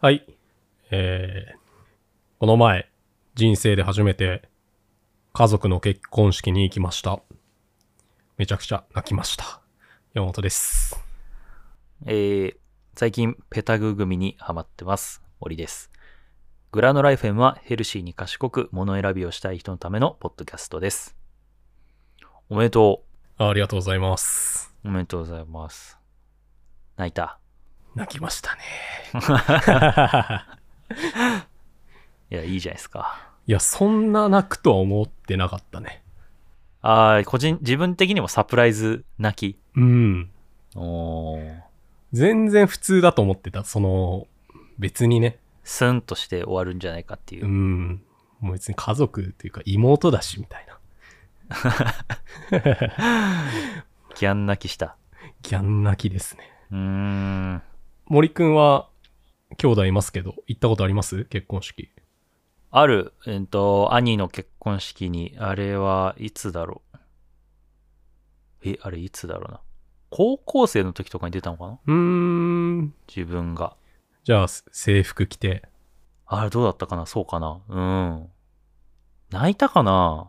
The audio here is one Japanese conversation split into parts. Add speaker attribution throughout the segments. Speaker 1: はい。えー、この前、人生で初めて、家族の結婚式に行きました。めちゃくちゃ泣きました。山本です。
Speaker 2: えー最近ペタグ組にハマってます森ですグラノライフェンはヘルシーに賢く物選びをしたい人のためのポッドキャストですおめでと
Speaker 1: ありがとうございます。
Speaker 2: うおめでとうございます泣いた
Speaker 1: 泣きましたね。
Speaker 2: いやいいじゃないですか
Speaker 1: いや、そんな泣くとは思ってなかったね。
Speaker 2: あー個人自分的にもサプライズ泣き
Speaker 1: うん。
Speaker 2: おー
Speaker 1: 全然普通だと思ってた。その、別にね。
Speaker 2: スンとして終わるんじゃないかっていうう、
Speaker 1: ん。もう別に家族というか妹だし、みたいな。
Speaker 2: ギャン泣きした
Speaker 1: ギャン泣きですね。
Speaker 2: うーん
Speaker 1: 森くんは兄弟いますけど、行ったことあります結婚式。
Speaker 2: ある、えっと、兄の結婚式に、あれはいつだろう。え、あれいつだろうな。高校生の時とかに出たのかな
Speaker 1: うーん。
Speaker 2: 自分が。
Speaker 1: じゃあ、制服着て。
Speaker 2: あれどうだったかなそうかなうん。泣いたかな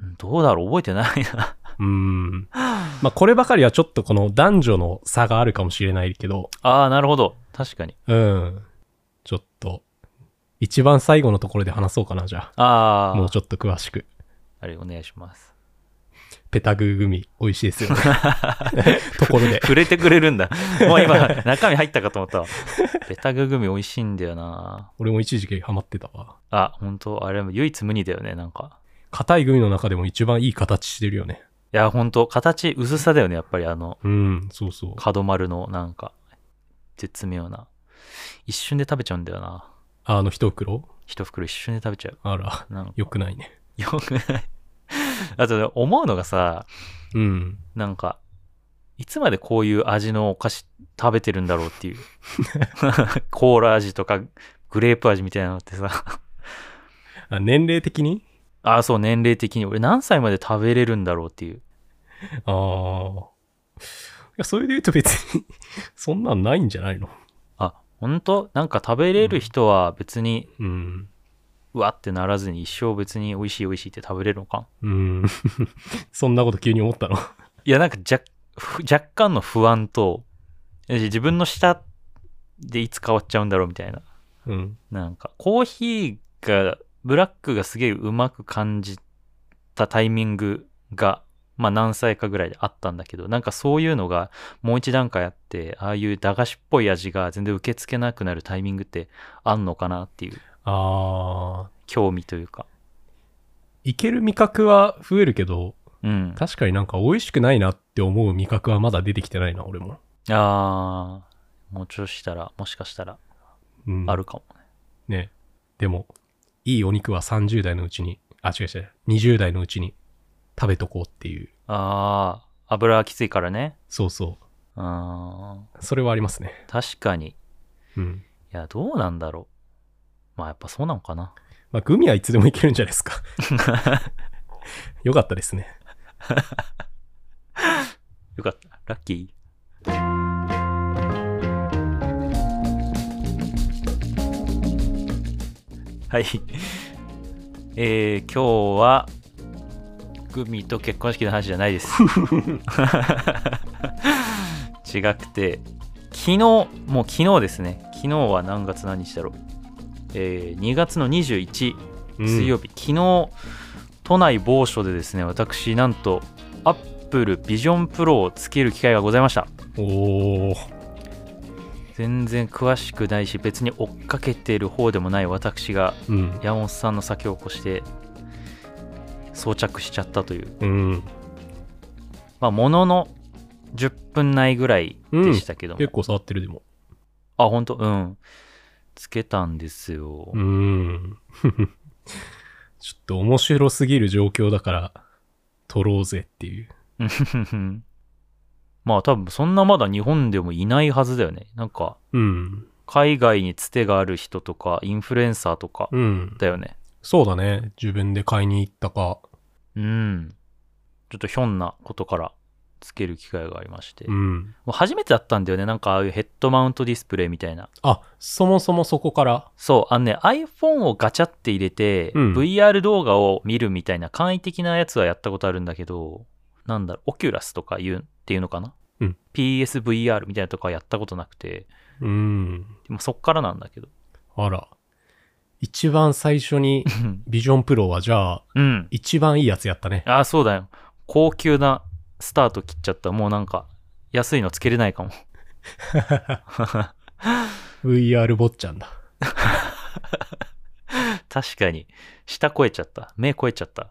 Speaker 2: うんどうだろう覚えてない な。
Speaker 1: うーん。まあ、こればかりはちょっとこの男女の差があるかもしれないけど、
Speaker 2: ああ、なるほど。確かに。
Speaker 1: うん。ちょっと、一番最後のところで話そうかな、じゃ
Speaker 2: あ
Speaker 1: あ。
Speaker 2: あ。
Speaker 1: もうちょっと詳しく。
Speaker 2: あれお願いします。
Speaker 1: ペタグーグミ、美味しい ですよね。ところで。
Speaker 2: 触れてくれ るんだ。もう今、中身入ったかと思ったわ。ベタググミ美味しいんだよな。
Speaker 1: 俺も一時期ハマってたわ。
Speaker 2: あ、本当あれも唯一無二だよね、なんか。
Speaker 1: 硬いグミの中でも一番いい形してるよね。
Speaker 2: いや、ほんと、形、薄さだよね、やっぱり、あの、
Speaker 1: うん、そうそう。
Speaker 2: 角丸の、なんか、絶妙な。一瞬で食べちゃうんだよな。
Speaker 1: あの一袋
Speaker 2: 一袋一瞬で食べちゃ
Speaker 1: あら、
Speaker 2: う。なんか、
Speaker 1: 良くないね。
Speaker 2: よくない。 あとね、思うのがさ、
Speaker 1: うん。
Speaker 2: なんか、いつまでこういう味のお菓子食べてるんだろうっていう。 コーラ味とか、グレープ味みたいなのってさ。
Speaker 1: あ年齢的に
Speaker 2: あ、そう、年齢的に。俺何歳まで食べれるんだろうっていう。
Speaker 1: ああ。いや、それで言うと別に、 そんなんないんじゃないの
Speaker 2: あ、ほんとなんか食べれる人は別に
Speaker 1: うん。
Speaker 2: うわってならずに一生別に美味しい美味しいって食べれるのか
Speaker 1: うん。 そんなこと急に思ったの。
Speaker 2: いやなんか若ふ若干の不安とえ自分の舌でいつ変わっちゃうんだろうみたいな
Speaker 1: うん。
Speaker 2: なんかコーヒーがブラックがすげえうまく感じたタイミングがまあ何歳かぐらいであったんだけどなんかそういうのがもう一段階あってああいう駄菓子っぽい味が全然受け付けなくなるタイミングってあんのかなっていう
Speaker 1: ああ。
Speaker 2: 興味というか
Speaker 1: いける味覚は増えるけど、
Speaker 2: うん
Speaker 1: 確かになんか美味しくないなって思う味覚はまだ出てきてないな、俺も。
Speaker 2: ああもうちょっとしたらもしかしたら
Speaker 1: うん。
Speaker 2: あるかもね。
Speaker 1: ね。でも、いいお肉は30代のうちに、あ、違う違う、20代のうちに食べとこうっていう。
Speaker 2: ああ、油はきついからね。
Speaker 1: そうそう
Speaker 2: ーん、
Speaker 1: う。それはありますね。
Speaker 2: 確かに。い
Speaker 1: うん。
Speaker 2: や、どうなんだろう。まあ、やっぱそうなのかな。
Speaker 1: まあ、グミはいつでもいけるんじゃないです か。よかった ですね。
Speaker 2: よかった。ラッキー。はい。 えー、今日は、グミと結婚式の話じゃないです。違くて、昨日、もう昨日ですね。昨日は何月何日だろう。えー、2月の21、
Speaker 1: うん
Speaker 2: 水曜日、昨日都内某所でですね私なんとアップルビジョンプロをつける機会がございました
Speaker 1: おお、
Speaker 2: 全然詳しくないし別に追っかけてる方でもない私が
Speaker 1: うん、
Speaker 2: 山本さんの先を越して装着しちゃったという
Speaker 1: うん、
Speaker 2: まあものの10分内ぐらいでしたけども、
Speaker 1: 結構触ってるでも。
Speaker 2: あ本当うんつけたんですよ、
Speaker 1: うん。 ちょっと面白すぎる状況だから、撮ろうぜっていう。
Speaker 2: まあ多分そんなまだ日本でもいないはずだよねなんか
Speaker 1: うん、
Speaker 2: 海外につてがある人とかインフルエンサーとか
Speaker 1: うん。
Speaker 2: だよね
Speaker 1: そうだね。自分で買いに行ったか。
Speaker 2: うんちょっとひょんなことからつける機会がありまして、
Speaker 1: う
Speaker 2: も
Speaker 1: ん。
Speaker 2: う初めてだったんだよねなんかああいうヘッドマウントディスプレイみたいな
Speaker 1: あ、そもそもそこから。
Speaker 2: そうあのね iPhone をガチャって入れて、
Speaker 1: うん
Speaker 2: VR 動画を見るみたいな簡易的なやつはやったことあるんだけどなんだろうオキュラスとかいうっていうのかな、
Speaker 1: うん
Speaker 2: PSVR みたいなとかはやったことなくて
Speaker 1: うん。
Speaker 2: でもそっからなんだけど
Speaker 1: あら。一番最初に、ビジョンプロはじゃあ、
Speaker 2: うん
Speaker 1: 一番いいやつやった ね。
Speaker 2: ああ、そうだよ。高級なスタート切っちゃった。もうなんか、安いのつけれないか も。
Speaker 1: VR 坊ちゃんだ。
Speaker 2: 確かに。下超えちゃった。目超えちゃった。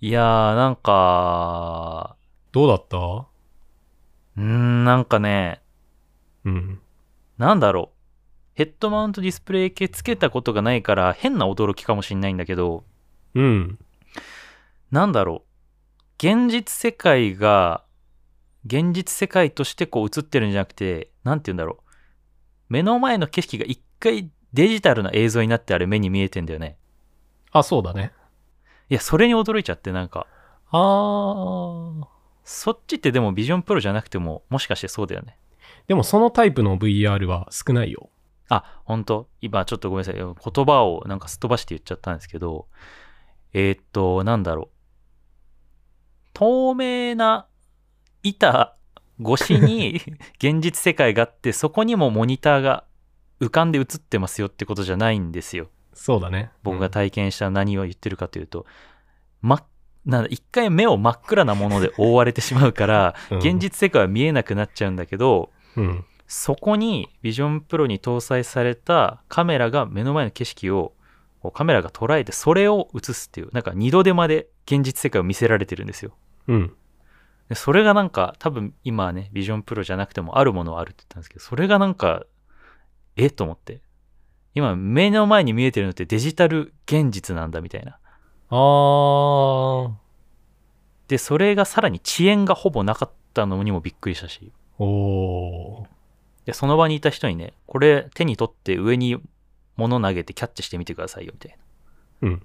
Speaker 2: いやー、なんか、
Speaker 1: どうだった
Speaker 2: うーん、なんかね、
Speaker 1: うん。
Speaker 2: なんだろう。ヘッドマウントディスプレイ系つけたことがないから変な驚きかもしんないんだけど、
Speaker 1: うん。
Speaker 2: なんだろう。現実世界が、現実世界としてこう映ってるんじゃなくて、なんて言うんだろう。目の前の景色が一回デジタルな映像になってあれ目に見えてんだよね。
Speaker 1: あ、そうだね。
Speaker 2: いや、それに驚いちゃってなんか、
Speaker 1: あー。
Speaker 2: そっちってでもビジョンプロじゃなくても、もしかしてそうだよね。
Speaker 1: でもそのタイプの VR は少ないよ。
Speaker 2: あ、本当今ちょっとごめんなさい。言葉をなんかすっ飛ばして言っちゃったんですけど、えーっと、なんだろう。透明な板越し に現実世界があって、そこにもモニターが浮かんで映ってますよってことじゃないんですよ。
Speaker 1: そうだね。
Speaker 2: 僕が体験した何を言ってるかというと、ま、なんだ一回目を真っ暗なもので覆われてしまうから、
Speaker 1: うん
Speaker 2: 現実世界は見えなくなっちゃうんだけど、
Speaker 1: うん。
Speaker 2: そこにビジョンプロに搭載されたカメラが目の前の景色をこうカメラが捉えてそれを映すっていうなんか二度手間で現実世界を見せられてるんですよ
Speaker 1: うん。
Speaker 2: でそれがなんか多分今はねビジョンプロじゃなくてもあるものはあるって言ったんですけどそれがなんかえと思って今目の前に見えてるのってデジタル現実なんだみたいな
Speaker 1: あー。
Speaker 2: でそれがさらに遅延がほぼなかったのにもびっくりしたし
Speaker 1: おー。
Speaker 2: でその場にいた人にねこれ手に取って上に物投げてキャッチしてみてくださいよみたいな
Speaker 1: うん。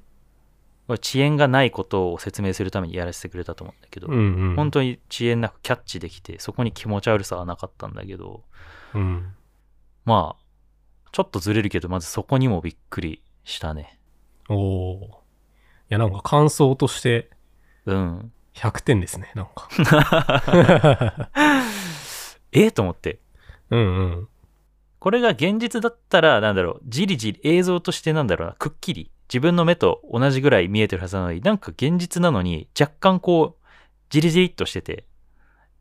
Speaker 2: これ遅延がないことを説明するためにやらせてくれたと思うんだけど、
Speaker 1: うん、うん。
Speaker 2: 本当に遅延なくキャッチできてそこに気持ち悪さはなかったんだけど
Speaker 1: うん。
Speaker 2: まあちょっとずれるけどまずそこにもびっくりしたね
Speaker 1: おー。いや、なんか感想として
Speaker 2: うん
Speaker 1: 100点ですね、なんか。
Speaker 2: ええと思って
Speaker 1: うんうん。
Speaker 2: これが現実だったらなんだろうじりじり映像としてなんだろうなくっきり自分の目と同じぐらい見えてるはずなのになんか現実なのに若干こうじりじりっとしてて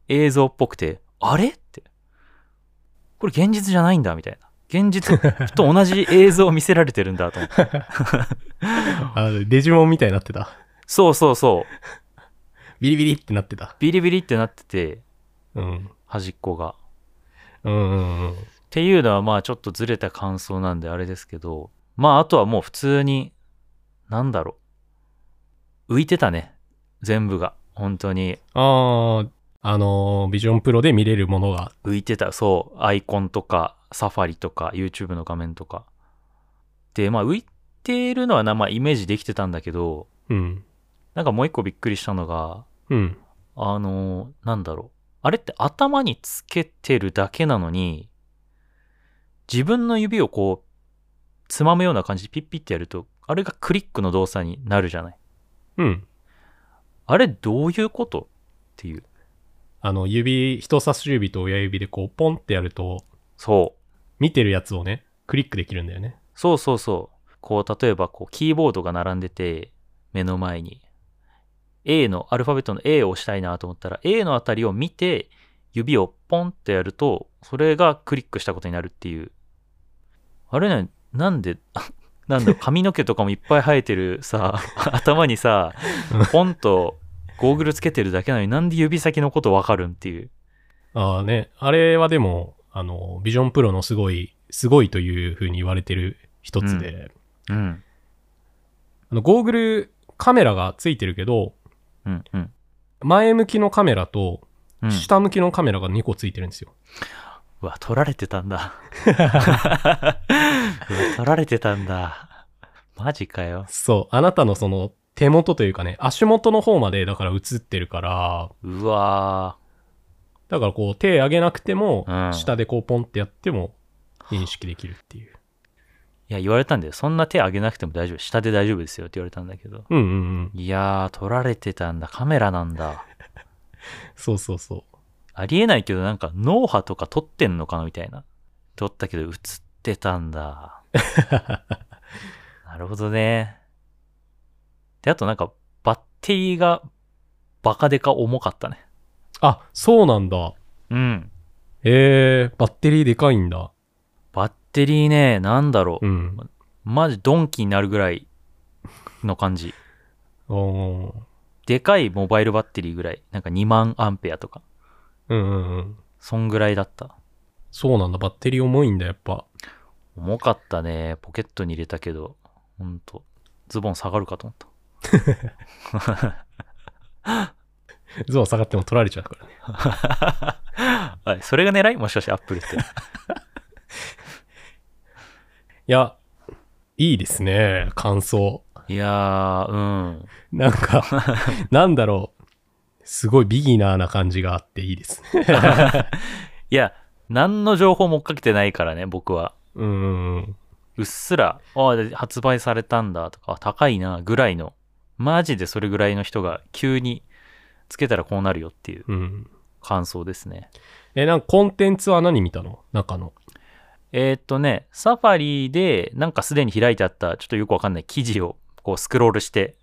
Speaker 2: 映像っぽくてあれってこれ現実じゃないんだみたいな現実と同じ映像を見せられてるんだと思って
Speaker 1: あデジモンみたいになってた。
Speaker 2: そうそうそう
Speaker 1: ビリビリってなってた。
Speaker 2: ビリビリってなってて
Speaker 1: うん。
Speaker 2: 端っこが
Speaker 1: うんうんうん。
Speaker 2: っていうのはまあちょっとずれた感想なんであれですけどまああとはもう普通になんだろう浮いてたね全部が本当に
Speaker 1: あー、あのービジョンプロで見れるものが。
Speaker 2: 浮いてたそうアイコンとかサファリとか YouTube の画面とかでまあ浮いてるのはなまあイメージできてたんだけど
Speaker 1: うん。
Speaker 2: なんかもう一個びっくりしたのが
Speaker 1: うん。
Speaker 2: あのなんだろうあれって頭につけてるだけなのに自分の指をこうつまむような感じでピッピッてやるとあれがクリックの動作になるじゃない
Speaker 1: うん。
Speaker 2: あれどういうことっていう
Speaker 1: あの、指、人差し指と親指でこう、ポンってやると、
Speaker 2: そう
Speaker 1: 見てるやつをね、クリックできるんだよね。
Speaker 2: そうそうそうこう例えばこうキーボードが並んでて目の前に A のアルファベットの A を押したいなと思ったら A のあたりを見て指をポンってやるとそれがクリックしたことになるっていうあれねなんで なんだろう髪の毛とかもいっぱい生えてるさ 頭にさポンとゴーグルつけてるだけなのになんで指先のことわかるんっていう
Speaker 1: ああね、あれはでも、あの、ビジョンプロのすごい、すごいというふうに言われてる一つで、
Speaker 2: うん
Speaker 1: あの、ゴーグル、カメラがついてるけど、
Speaker 2: うんうん
Speaker 1: 前向きのカメラと、
Speaker 2: うん
Speaker 1: 下向きのカメラが2個ついてるんですよ。
Speaker 2: うわ、取られてたんだ。うわ、取られてたんだ。マジかよ。
Speaker 1: そう、あなたのその、手元というかね、足元の方までだから映ってるから、
Speaker 2: うわ
Speaker 1: だからこう手上げなくても
Speaker 2: う、ん
Speaker 1: 下でこうポンってやっても認識できるっていう。
Speaker 2: いや、言われたんだよ。そんな手上げなくても大丈夫。下で大丈夫ですよって言われたんだけど。
Speaker 1: うんうんうん。
Speaker 2: いやー、撮られてたんだ。カメラなんだ。
Speaker 1: そうそうそ
Speaker 2: ありえないけど、なんか脳波とか撮ってんのかなみたいな。撮ったけど映ってたんだ。なるほどね。で、あとなんかバッテリーがバカでか重かったね。
Speaker 1: う。あ、そうなんだ。
Speaker 2: うん。
Speaker 1: えー、バッテリーでかいんだ。
Speaker 2: バッテリーね、なんだろう。
Speaker 1: うん。
Speaker 2: マジドンキになるぐらいの感じ。
Speaker 1: おー
Speaker 2: でかいモバイルバッテリーぐらい。なんか2万アンペアとか。
Speaker 1: うんうんうん。
Speaker 2: そんぐらいだった。
Speaker 1: そうなんだ。バッテリー重いんだ、やっぱ。
Speaker 2: 重かったね。ポケットに入れたけど、ほんと。ズボン下がるかと思った。
Speaker 1: ズボン下がっても取られちゃうからね。
Speaker 2: はいそれが狙いもしかしてアップルって。
Speaker 1: いや、いいですね。感想。
Speaker 2: いやー、うん。
Speaker 1: なん か、なんだろう。すごいビギナーな感じがあっていいですね。
Speaker 2: いや、何の情報も追っかけてないからね、僕は。
Speaker 1: うんうんうん。
Speaker 2: うっすら、ああ、で発売されたんだとか、高いな、ぐらいの、マジでそれぐらいの人が急につけたらこうなるよっていう
Speaker 1: うん。
Speaker 2: 感想ですね。
Speaker 1: え、なんかコンテンツは何見たの中の。
Speaker 2: えーっとね、サファリでなんかすでに開いてあった、ちょっとよくわかんない記事をこうスクロールして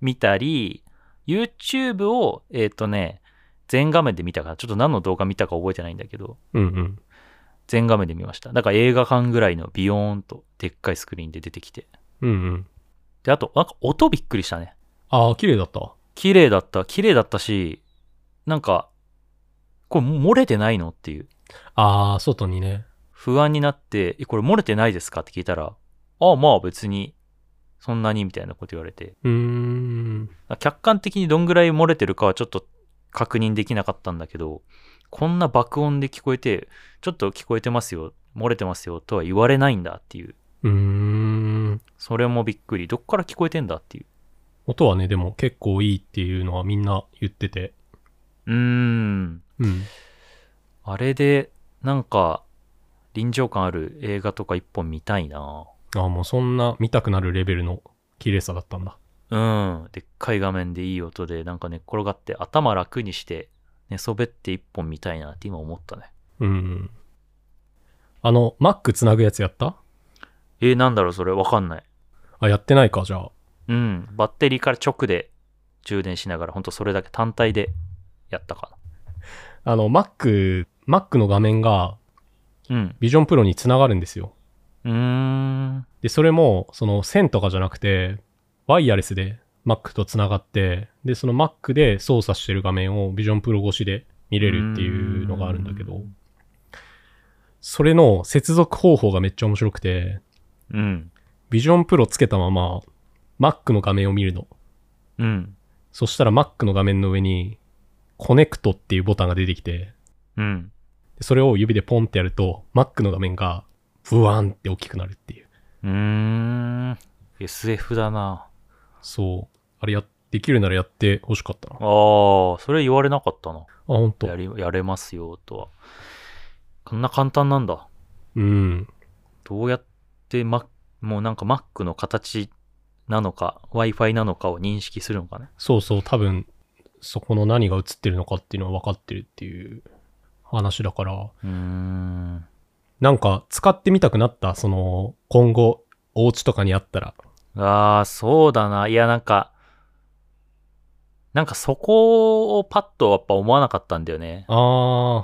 Speaker 2: 見たり、YouTube を、えーっとね、全画面で見たから、ちょっと何の動画見たか覚えてないんだけど、
Speaker 1: うんうん。
Speaker 2: 全画面で見ました。だから映画館ぐらいのビヨーンとでっかいスクリーンで出てきて。
Speaker 1: うんうん。
Speaker 2: で、あと、なんか音びっくりしたね。
Speaker 1: ああ、綺麗だった。
Speaker 2: 綺麗だった、綺麗だったし、なんか、これ漏れてないのっていう。
Speaker 1: ああ、外にね。
Speaker 2: 不安になって、え、これ漏れてないですかって聞いたら、ああ、まあ別に、そんなにみたいなこと言われて、
Speaker 1: うーん。
Speaker 2: 客観的にどんぐらい漏れてるかはちょっと確認できなかったんだけど、こんな爆音で聞こえて、ちょっと聞こえてますよ、漏れてますよとは言われないんだっていう。
Speaker 1: うーん。
Speaker 2: それもびっくり。どっから聞こえてんだっていう。
Speaker 1: 音はね、でも結構いいっていうのはみんな言ってて。
Speaker 2: うーん。
Speaker 1: うん。
Speaker 2: あれで、なんか、臨場感ある映画とか一本見たいな
Speaker 1: ああ、もうそんな見たくなるレベルの綺麗さだったんだ。
Speaker 2: うん。でっかい画面でいい音で、なんか寝っ転がって頭楽にして、寝そべって一本見たいなって今思ったね。
Speaker 1: うんうん。あの、Mac つなぐやつやった
Speaker 2: えー、なんだろうそれわかんない。
Speaker 1: あ、やってないか、じゃあ。
Speaker 2: うん。バッテリーから直で充電しながら、ほんとそれだけ単体でやったか
Speaker 1: あの、Mac、Mac の画面が
Speaker 2: な。うん。
Speaker 1: Vision Pro につながるんですよ。
Speaker 2: うーん。
Speaker 1: で、それも、その線とかじゃなくて、ワイヤレスで Mac とつながって、で、その Mac で操作してる画面を Vision Pro 越しで見れるっていうのがあるんだけ
Speaker 2: う
Speaker 1: ど
Speaker 2: ん、
Speaker 1: それの接続方法がめっちゃ面白くて、
Speaker 2: うん。
Speaker 1: Vision Pro つけたまま Mac の画面を見るの。
Speaker 2: うん。
Speaker 1: そしたら Mac の画面の上に、コネクトっていうボタンが出てきて、
Speaker 2: うん。
Speaker 1: でそれを指でポンってやると、Mac の画面が、ブワーンって大きくなるっていう。
Speaker 2: うーん。SF だな。
Speaker 1: そう。あれや、できるならやってほしかったな。
Speaker 2: ああ
Speaker 1: あ、、
Speaker 2: それ言われなかったな。
Speaker 1: ほんと
Speaker 2: や。りやれますよ、とは。こんな簡単なんだ。
Speaker 1: うん。
Speaker 2: どうやって、ま、もうなんか Mac の形なのか、Wi-Fi なのかを認識するのかね。
Speaker 1: そうそう、多分、そこの何が映ってるのかっていうのは分かってるっていう話だから、
Speaker 2: うーん。
Speaker 1: なんか使ってみたくなった、その、今後、お家とかにあったら。
Speaker 2: ああ、そうだな。いや、なんか、なんかそこをパッとやっぱ思わなかったんだよね。
Speaker 1: あ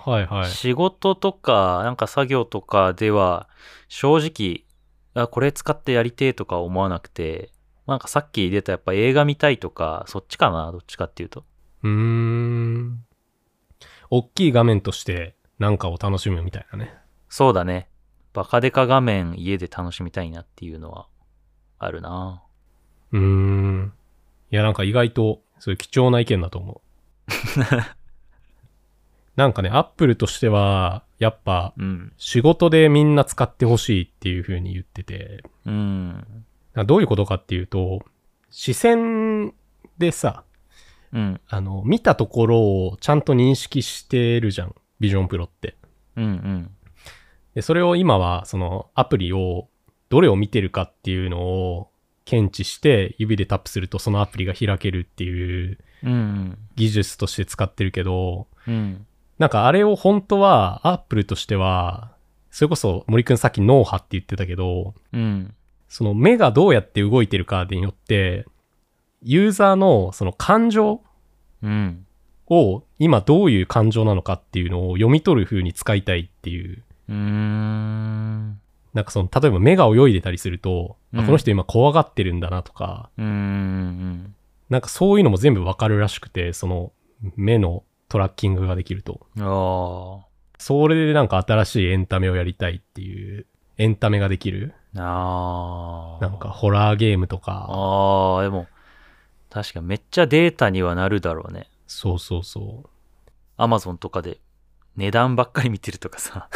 Speaker 1: ー、はいはい。
Speaker 2: 仕事とか、なんか作業とかでは、正直、あ、これ使ってやりてえとか思わなくて、なんかさっき出たやっぱ映画見たいとか、そっちかな、どっちかっていうと。
Speaker 1: うーん。大きい画面として、なんかを楽しむみたいなね。
Speaker 2: そうだね。バカデカ画面家で楽しみたいなっていうのはあるな。
Speaker 1: うーん。いや、なんか意外と、そういう貴重な意見だと思う。なんかね、アップルとしては、やっぱ、
Speaker 2: うん。
Speaker 1: 仕事でみんな使ってほしいっていう風に言ってて、
Speaker 2: うん。
Speaker 1: なんかどういうことかっていうと、視線でさ、
Speaker 2: うん。
Speaker 1: あの、見たところをちゃんと認識してるじゃん。ビジョンプロって。
Speaker 2: うんうん。
Speaker 1: で、それを今は、そのアプリを、どれを見てるかっていうのを検知して、指でタップするとそのアプリが開けるっていう
Speaker 2: うんうん。
Speaker 1: 技術として使ってるけど、
Speaker 2: うん。
Speaker 1: なんかあれを本当は、アップルとしては、それこそ森くんさっき脳波って言ってたけど、
Speaker 2: うん。
Speaker 1: その目がどうやって動いてるかによって、ユーザーのその感情
Speaker 2: うん。
Speaker 1: を今どういう感情なのかっていうのを読み取る風に使いたいっていう。
Speaker 2: うーん。
Speaker 1: なんかその、例えば目が泳いでたりすると、
Speaker 2: う
Speaker 1: あ
Speaker 2: ん
Speaker 1: この人今怖がってるんだなとか、
Speaker 2: うーん。
Speaker 1: なんかそういうのも全部わかるらしくて、その目のトラッキングができると。
Speaker 2: ああ。
Speaker 1: それでなんか新しいエンタメをやりたいっていう、エンタメができる。
Speaker 2: ああ。
Speaker 1: なんか。ホラーゲームとか、
Speaker 2: ああ、でも、確かめっちゃデータにはなるだろうね。
Speaker 1: そうそうそう。
Speaker 2: アマゾンとかで値段ばっかり見てると かさ。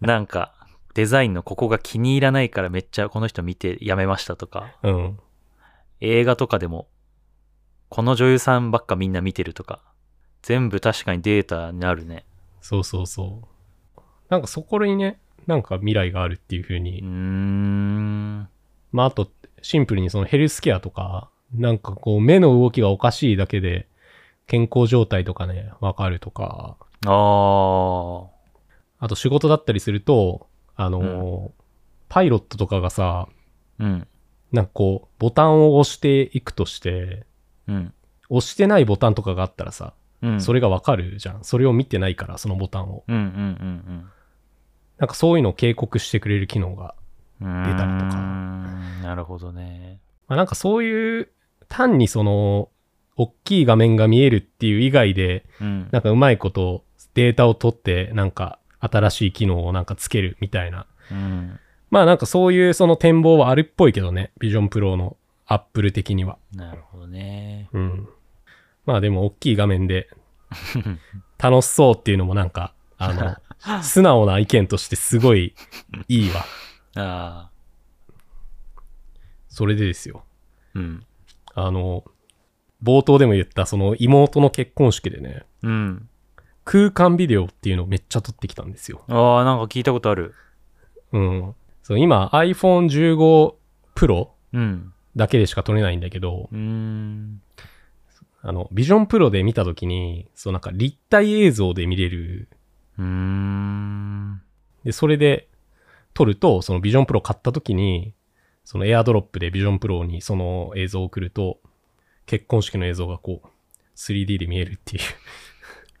Speaker 2: なんか、デザインのここが気に入らないからめっちゃこの人見てやめましたとか。
Speaker 1: うん。
Speaker 2: 映画とかでも、この女優さんばっかみんな見てるとか。全部確かにデータになるね。
Speaker 1: そうそうそう。なんかそこにね、なんか未来があるっていう風に
Speaker 2: うーん。
Speaker 1: まあ、あと、シンプルにそのヘルスケアとか、なんかこう、目の動きがおかしいだけで、健康状態とかね、わかるとか、
Speaker 2: ああ。
Speaker 1: あと仕事だったりすると、あのーパイロットとかがさ、
Speaker 2: うん。
Speaker 1: なんかこう、ボタンを押していくとして、
Speaker 2: うん。
Speaker 1: 押してないボタンとかがあったらさ、
Speaker 2: うん。
Speaker 1: それがわかるじゃん。それを見てないから、そのボタンを。
Speaker 2: うんうんうん
Speaker 1: なんかそういうのを警告してくれる機能が。
Speaker 2: うん。
Speaker 1: 出たりとか
Speaker 2: うーんなるほどね。
Speaker 1: まあ、なんかそういう、単にその、大きい画面が見えるっていう以外で、
Speaker 2: うん。
Speaker 1: なんかうまいことデータを取ってなんか新しい機能をなんかつけるみたいな。
Speaker 2: うん。
Speaker 1: まあなんかそういうその展望はあるっぽいけどね。ビジョンプロのアップル的には。
Speaker 2: なるほどね。
Speaker 1: うん。まあでも大きい画面で楽しそうっていうのもなんか、あの、素直な意見としてすごいいいわ。
Speaker 2: ああ。
Speaker 1: それでですよ。
Speaker 2: うん。
Speaker 1: あの、冒頭でも言ったその妹の結婚式でね、
Speaker 2: うん。
Speaker 1: 空間ビデオっていうのをめっちゃ撮ってきたんですよ。
Speaker 2: ああ、なんか聞いたことある。
Speaker 1: うん。そう今 iPhone15 Pro
Speaker 2: うん。
Speaker 1: だけでしか撮れないんだけど、
Speaker 2: うーん。
Speaker 1: あの、ビジョンプロで見たときに、そうなんか立体映像で見れる。
Speaker 2: うーん。
Speaker 1: で、それで撮ると、そのビジョンプロ買ったときに、そのエアドロップでビジョンプロにその映像を送ると、結婚式の映像がこう、3D で見えるっていう。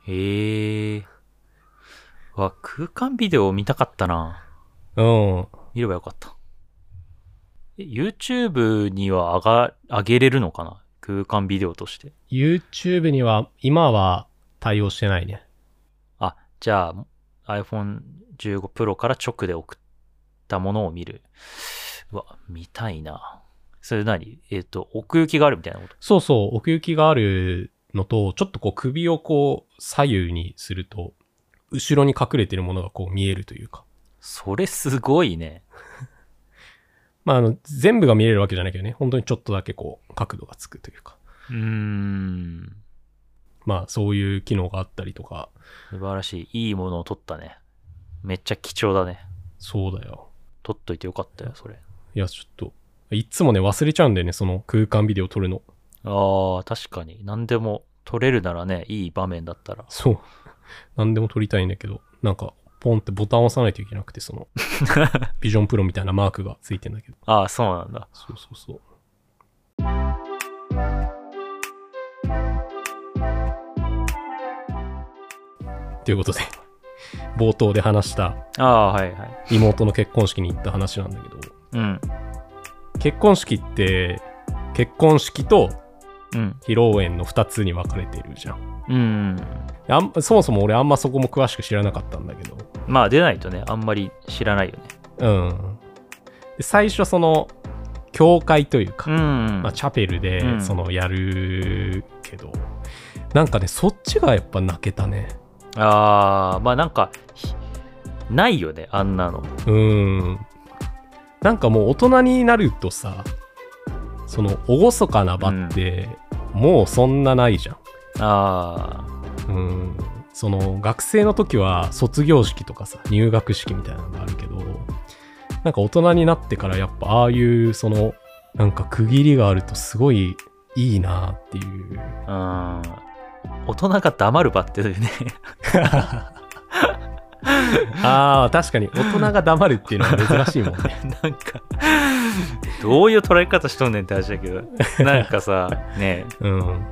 Speaker 2: へえ。わ、空間ビデオ見たかったな。
Speaker 1: うん。
Speaker 2: 見ればよかった。え、YouTube には上が、上げれるのかな空間ビデオとして。
Speaker 1: YouTube には、今は対応してないね。
Speaker 2: あ、じゃあ iPhone 15 Pro から直で送ったものを見る。うわ、見たいな。それ何えっ、と、奥行きがあるみたいなこと。
Speaker 1: そうそう、奥行きがあるのと、ちょっとこう首をこう左右にすると、後ろに隠れてるものがこう見えるというか。
Speaker 2: それすごいね。
Speaker 1: まあ、あの、全部が見れるわけじゃないけどね、本当にちょっとだけこう、角度がつくというか、
Speaker 2: うーん。
Speaker 1: まあ、そういう機能があったりとか、
Speaker 2: 素晴らしい。いいものを撮ったね。めっちゃ貴重だね。
Speaker 1: そうだよ。
Speaker 2: 撮っといてよかったよ、それ。
Speaker 1: いや、ちょっと、いつもね、忘れちゃうんだよね、その空間ビデオ撮るの。
Speaker 2: ああ、確かに。何でも撮れるならね、いい場面だったら。
Speaker 1: そう。 何でも撮りたいんだけど、なんか、ポンってボタンを押さないといけなくて、その、ビジョンプロみたいなマークがついてんだけど。
Speaker 2: ああ、そうなんだ。
Speaker 1: そうそうそう。ということで、冒頭で話した
Speaker 2: ああ、はいはい。
Speaker 1: 妹の結婚式に行った話なんだけど
Speaker 2: うん。
Speaker 1: 結婚式って結婚式と
Speaker 2: うん。
Speaker 1: 披露宴の2つに分かれてるじゃん
Speaker 2: うん。
Speaker 1: あんそもそも俺あんまそこも詳しく知らなかったんだけど
Speaker 2: まあ、出ないとね、あんまり知らないよね。
Speaker 1: うんで最初その教会という
Speaker 2: う
Speaker 1: か、
Speaker 2: ん。
Speaker 1: まあ、チャペル
Speaker 2: う
Speaker 1: で
Speaker 2: ん
Speaker 1: そのやるけど、なんかねそっちがやっぱ泣けたね
Speaker 2: ああまあなんかひないよねあんなの
Speaker 1: うんなんかもう大人になるとさその厳かな場って、もうそんなないじゃん。
Speaker 2: あ
Speaker 1: うん。その学生の時は卒業式とかさ、入学式みたいなのがあるけど、なんか大人になってからやっぱああいうその、なんか区切りがあるとすごいいいなっていう。
Speaker 2: あ、うん。大人が黙る場っていうね。
Speaker 1: ああ、確かに大人が黙るっていうのは珍しい もんね。
Speaker 2: なんか、どういう捉え方しとんねんって話だけ ど、なんかさ、ね
Speaker 1: うん。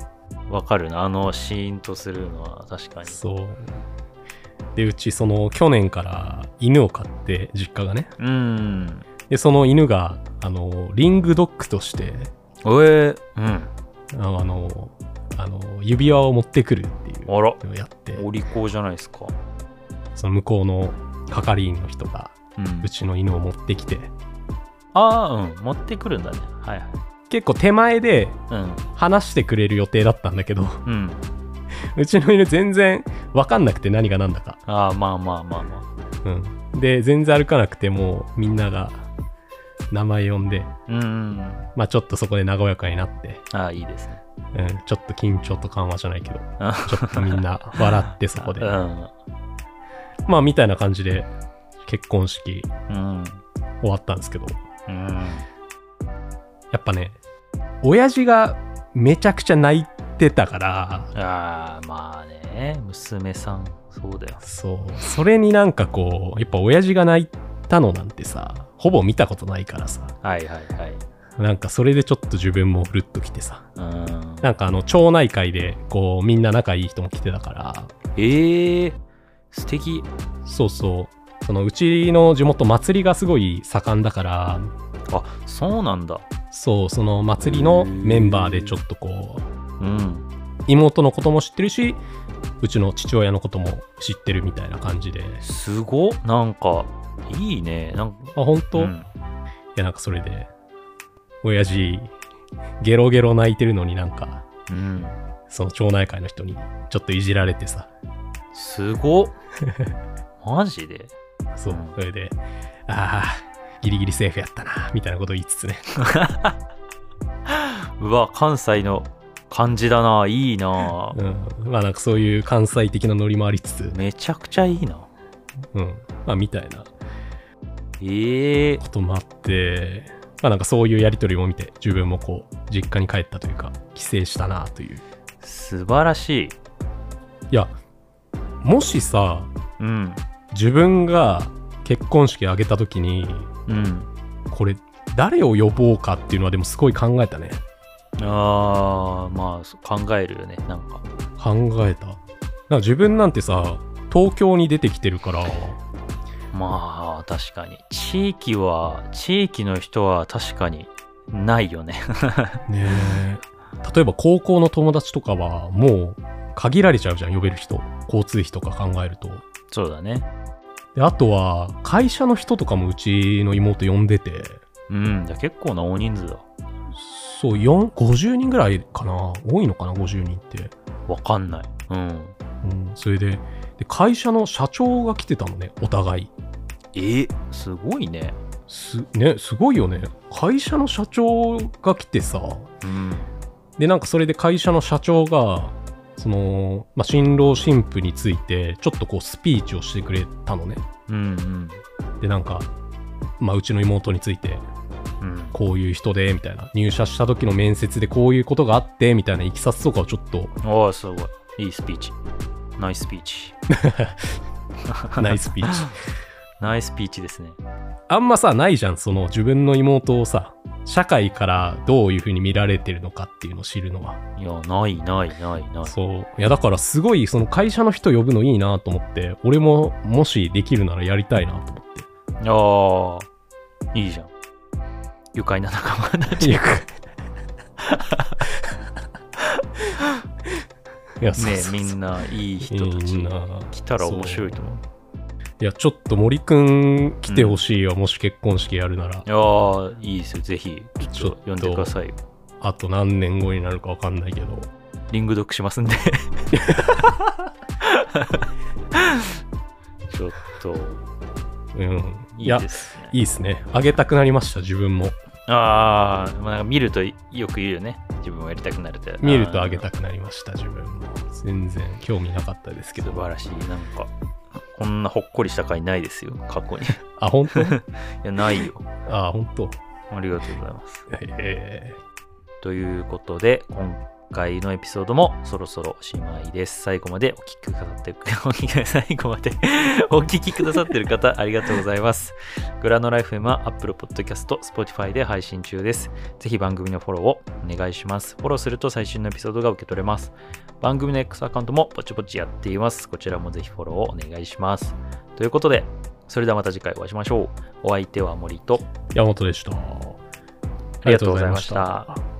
Speaker 2: わかるな。あのシーンとするのは確かに。
Speaker 1: そう。で、うちその去年から犬を飼って、実家がね。
Speaker 2: うん。
Speaker 1: で、その犬が、あの、リングドッグとして、
Speaker 2: おえ、うん。
Speaker 1: あの、あの、あの指輪を持ってくるっていう
Speaker 2: あら、
Speaker 1: のをやって、
Speaker 2: お利口じゃないですか。
Speaker 1: その向こうの係員の人が、
Speaker 2: うん
Speaker 1: う。ちの犬を持ってきて、
Speaker 2: ああ、うん。持ってくるんだね。はいはい。
Speaker 1: 結構手前で
Speaker 2: うん。
Speaker 1: 話してくれる予定だったんだけど、
Speaker 2: うん。
Speaker 1: うちの犬全然わかんなくて何が何だか。
Speaker 2: ああ、まあまあまあま
Speaker 1: うん。で、全然歩かなくてもうみんなが名前呼んで、
Speaker 2: あ。うんうん。
Speaker 1: まあちょっとそこで和やかになって、
Speaker 2: ああ、いいで すね。
Speaker 1: うん、ちょっと緊張と緩和じゃないけど、
Speaker 2: あ
Speaker 1: ちょっとみんな笑ってそこで
Speaker 2: う。ん。
Speaker 1: まあみたいな感じで結婚式
Speaker 2: うん。
Speaker 1: 終わったんですけど、
Speaker 2: うん。
Speaker 1: やっぱね、親父がめちゃくちゃ泣いてたから、
Speaker 2: ああ、まあね。娘さん、そうだよ。
Speaker 1: そう、それになんかこう、やっぱ親父が泣いたのなんてさ、ほぼ見たことないからさ、
Speaker 2: はいはいはい。
Speaker 1: なんかそれでちょっと自分もふるっときてさ、
Speaker 2: うん。
Speaker 1: なんかあの町内会でこうみんな仲いい人も来てたから、
Speaker 2: ええー、素敵。
Speaker 1: そうそう、そのうちの地元祭りがすごい盛んだから、
Speaker 2: あ、そうなんだ。
Speaker 1: そう、その祭りのメンバーでちょっとこう、
Speaker 2: うん。
Speaker 1: 妹のことも知ってるし、うちの父親のことも知ってるみたいな感じで、
Speaker 2: すごっなんか、いいね。なんか、
Speaker 1: あ、本当、
Speaker 2: う
Speaker 1: い
Speaker 2: ん
Speaker 1: や、なんかそれで、親父、ゲロゲロ泣いてるのになんか、
Speaker 2: うん。
Speaker 1: その町内会の人にちょっといじられてさ、
Speaker 2: す ごっマジで
Speaker 1: そう
Speaker 2: うん、
Speaker 1: それで、ああ、ギリギリセーフやったな、みたいなこと言いつつね。
Speaker 2: うわ、関西の感じだな。いいな。
Speaker 1: うん。まあなんかそういう関西的なノリもありつつ、
Speaker 2: めちゃくちゃいいな。
Speaker 1: うん。まあみたいな
Speaker 2: ええ
Speaker 1: こともあって、まあなんかそういうやりとりも見て、自分もこう、実家に帰ったというか、帰省したなという。
Speaker 2: 素晴らしい。
Speaker 1: いや、もしさ、
Speaker 2: うん。
Speaker 1: 自分が結婚式挙げた時に、
Speaker 2: うん。
Speaker 1: これ、誰を呼ぼうかっていうのはでもすごい考えたね。
Speaker 2: ああ、まあそ、考えるよね。なんか。
Speaker 1: 考えた。なんか自分なんてさ、東京に出てきてるから、
Speaker 2: まあ、確かに。地域は、地域の人は確かにないよね。
Speaker 1: ねえ例えば高校の友達とかはもう限られちゃうじゃん呼べる人交通費とか考えると
Speaker 2: そうだね。
Speaker 1: であとは会社の人とかもうちの妹呼んでて
Speaker 2: うん。じゃあ結構な大人数だ。
Speaker 1: そう4 50人ぐらいかな多いのかな50人って、
Speaker 2: わかんない。うん。
Speaker 1: うん、それでで会社の社長が来てたのねお互い
Speaker 2: えすごいね。
Speaker 1: すねすごいよね会社の社長が来てさ
Speaker 2: うん。
Speaker 1: でなんかそれで会社の社長がその、まあ、新郎新婦についてちょっとこうスピーチをしてくれたのね
Speaker 2: うん
Speaker 1: でなんか、まあ、うちの妹について
Speaker 2: うん。うん。
Speaker 1: こういう人でみたいな入社した時の面接でこういうことがあってみたいないきさつとかをちょっと
Speaker 2: おお、すごい。いいスピーチ。ナイススピーチ。
Speaker 1: ナイスピーチ
Speaker 2: ナイススピーチですね。
Speaker 1: あんまさないじゃんその自分の妹をさ社会からどういうふうに見られてるのかっていうのを知るのはい
Speaker 2: や、ないないないない。
Speaker 1: そういやだからすごいその会社の人呼ぶのいいなと思って俺ももしできるならやりたいなと思って
Speaker 2: ああ、いいじゃん。愉快な仲間だ。
Speaker 1: いや いやそう
Speaker 2: ね
Speaker 1: そうそう
Speaker 2: みんないい人た
Speaker 1: い
Speaker 2: ち
Speaker 1: いな
Speaker 2: 来たら面白いと思う。
Speaker 1: いや、ちょっと森くん来てほしいよ、もし結婚式やるなら。
Speaker 2: ああ、いいですよ。ぜひ、ち
Speaker 1: ちょ
Speaker 2: ょ
Speaker 1: っ
Speaker 2: っ
Speaker 1: と
Speaker 2: と呼んでくださいよ。
Speaker 1: あと何年後になるかわかんないけど。
Speaker 2: リングドックします んで。ちょっと、
Speaker 1: うん。
Speaker 2: いいですね。
Speaker 1: いいですね。あげたくなりました、自分も。
Speaker 2: ああ、まあ、なんか見るとよく言うよね。自分もやりたくなるって。
Speaker 1: 見るとあげ
Speaker 2: く
Speaker 1: たくなりました、自分も。全然興味なかったですけ
Speaker 2: 素
Speaker 1: ど。
Speaker 2: 晴らしい。なんか、こんなほっこりした回ないですよ、過去に。い
Speaker 1: あ、本当
Speaker 2: や、ないよ。
Speaker 1: ああ、本当
Speaker 2: ありがとうございます。
Speaker 1: え
Speaker 2: ということで、今回のエピソードもそろそろおしまいです。最後までお聞きくださって、 お聞き最後まで お聞きくださってる方、ありがとうございます。グラノライフ M は Apple Podcast、Spotify で配信中です。ぜひ番組のフォローをお願いします。フォローすると最新のエピソードが受け取れます。番組の X アカウントもぼちぼちやっています。こちらもぜひフォローをお願いします。ということで、それではまた次回お会いしましょう。お相手は森と、
Speaker 1: ー山本でした。あ
Speaker 2: ありがとうございました。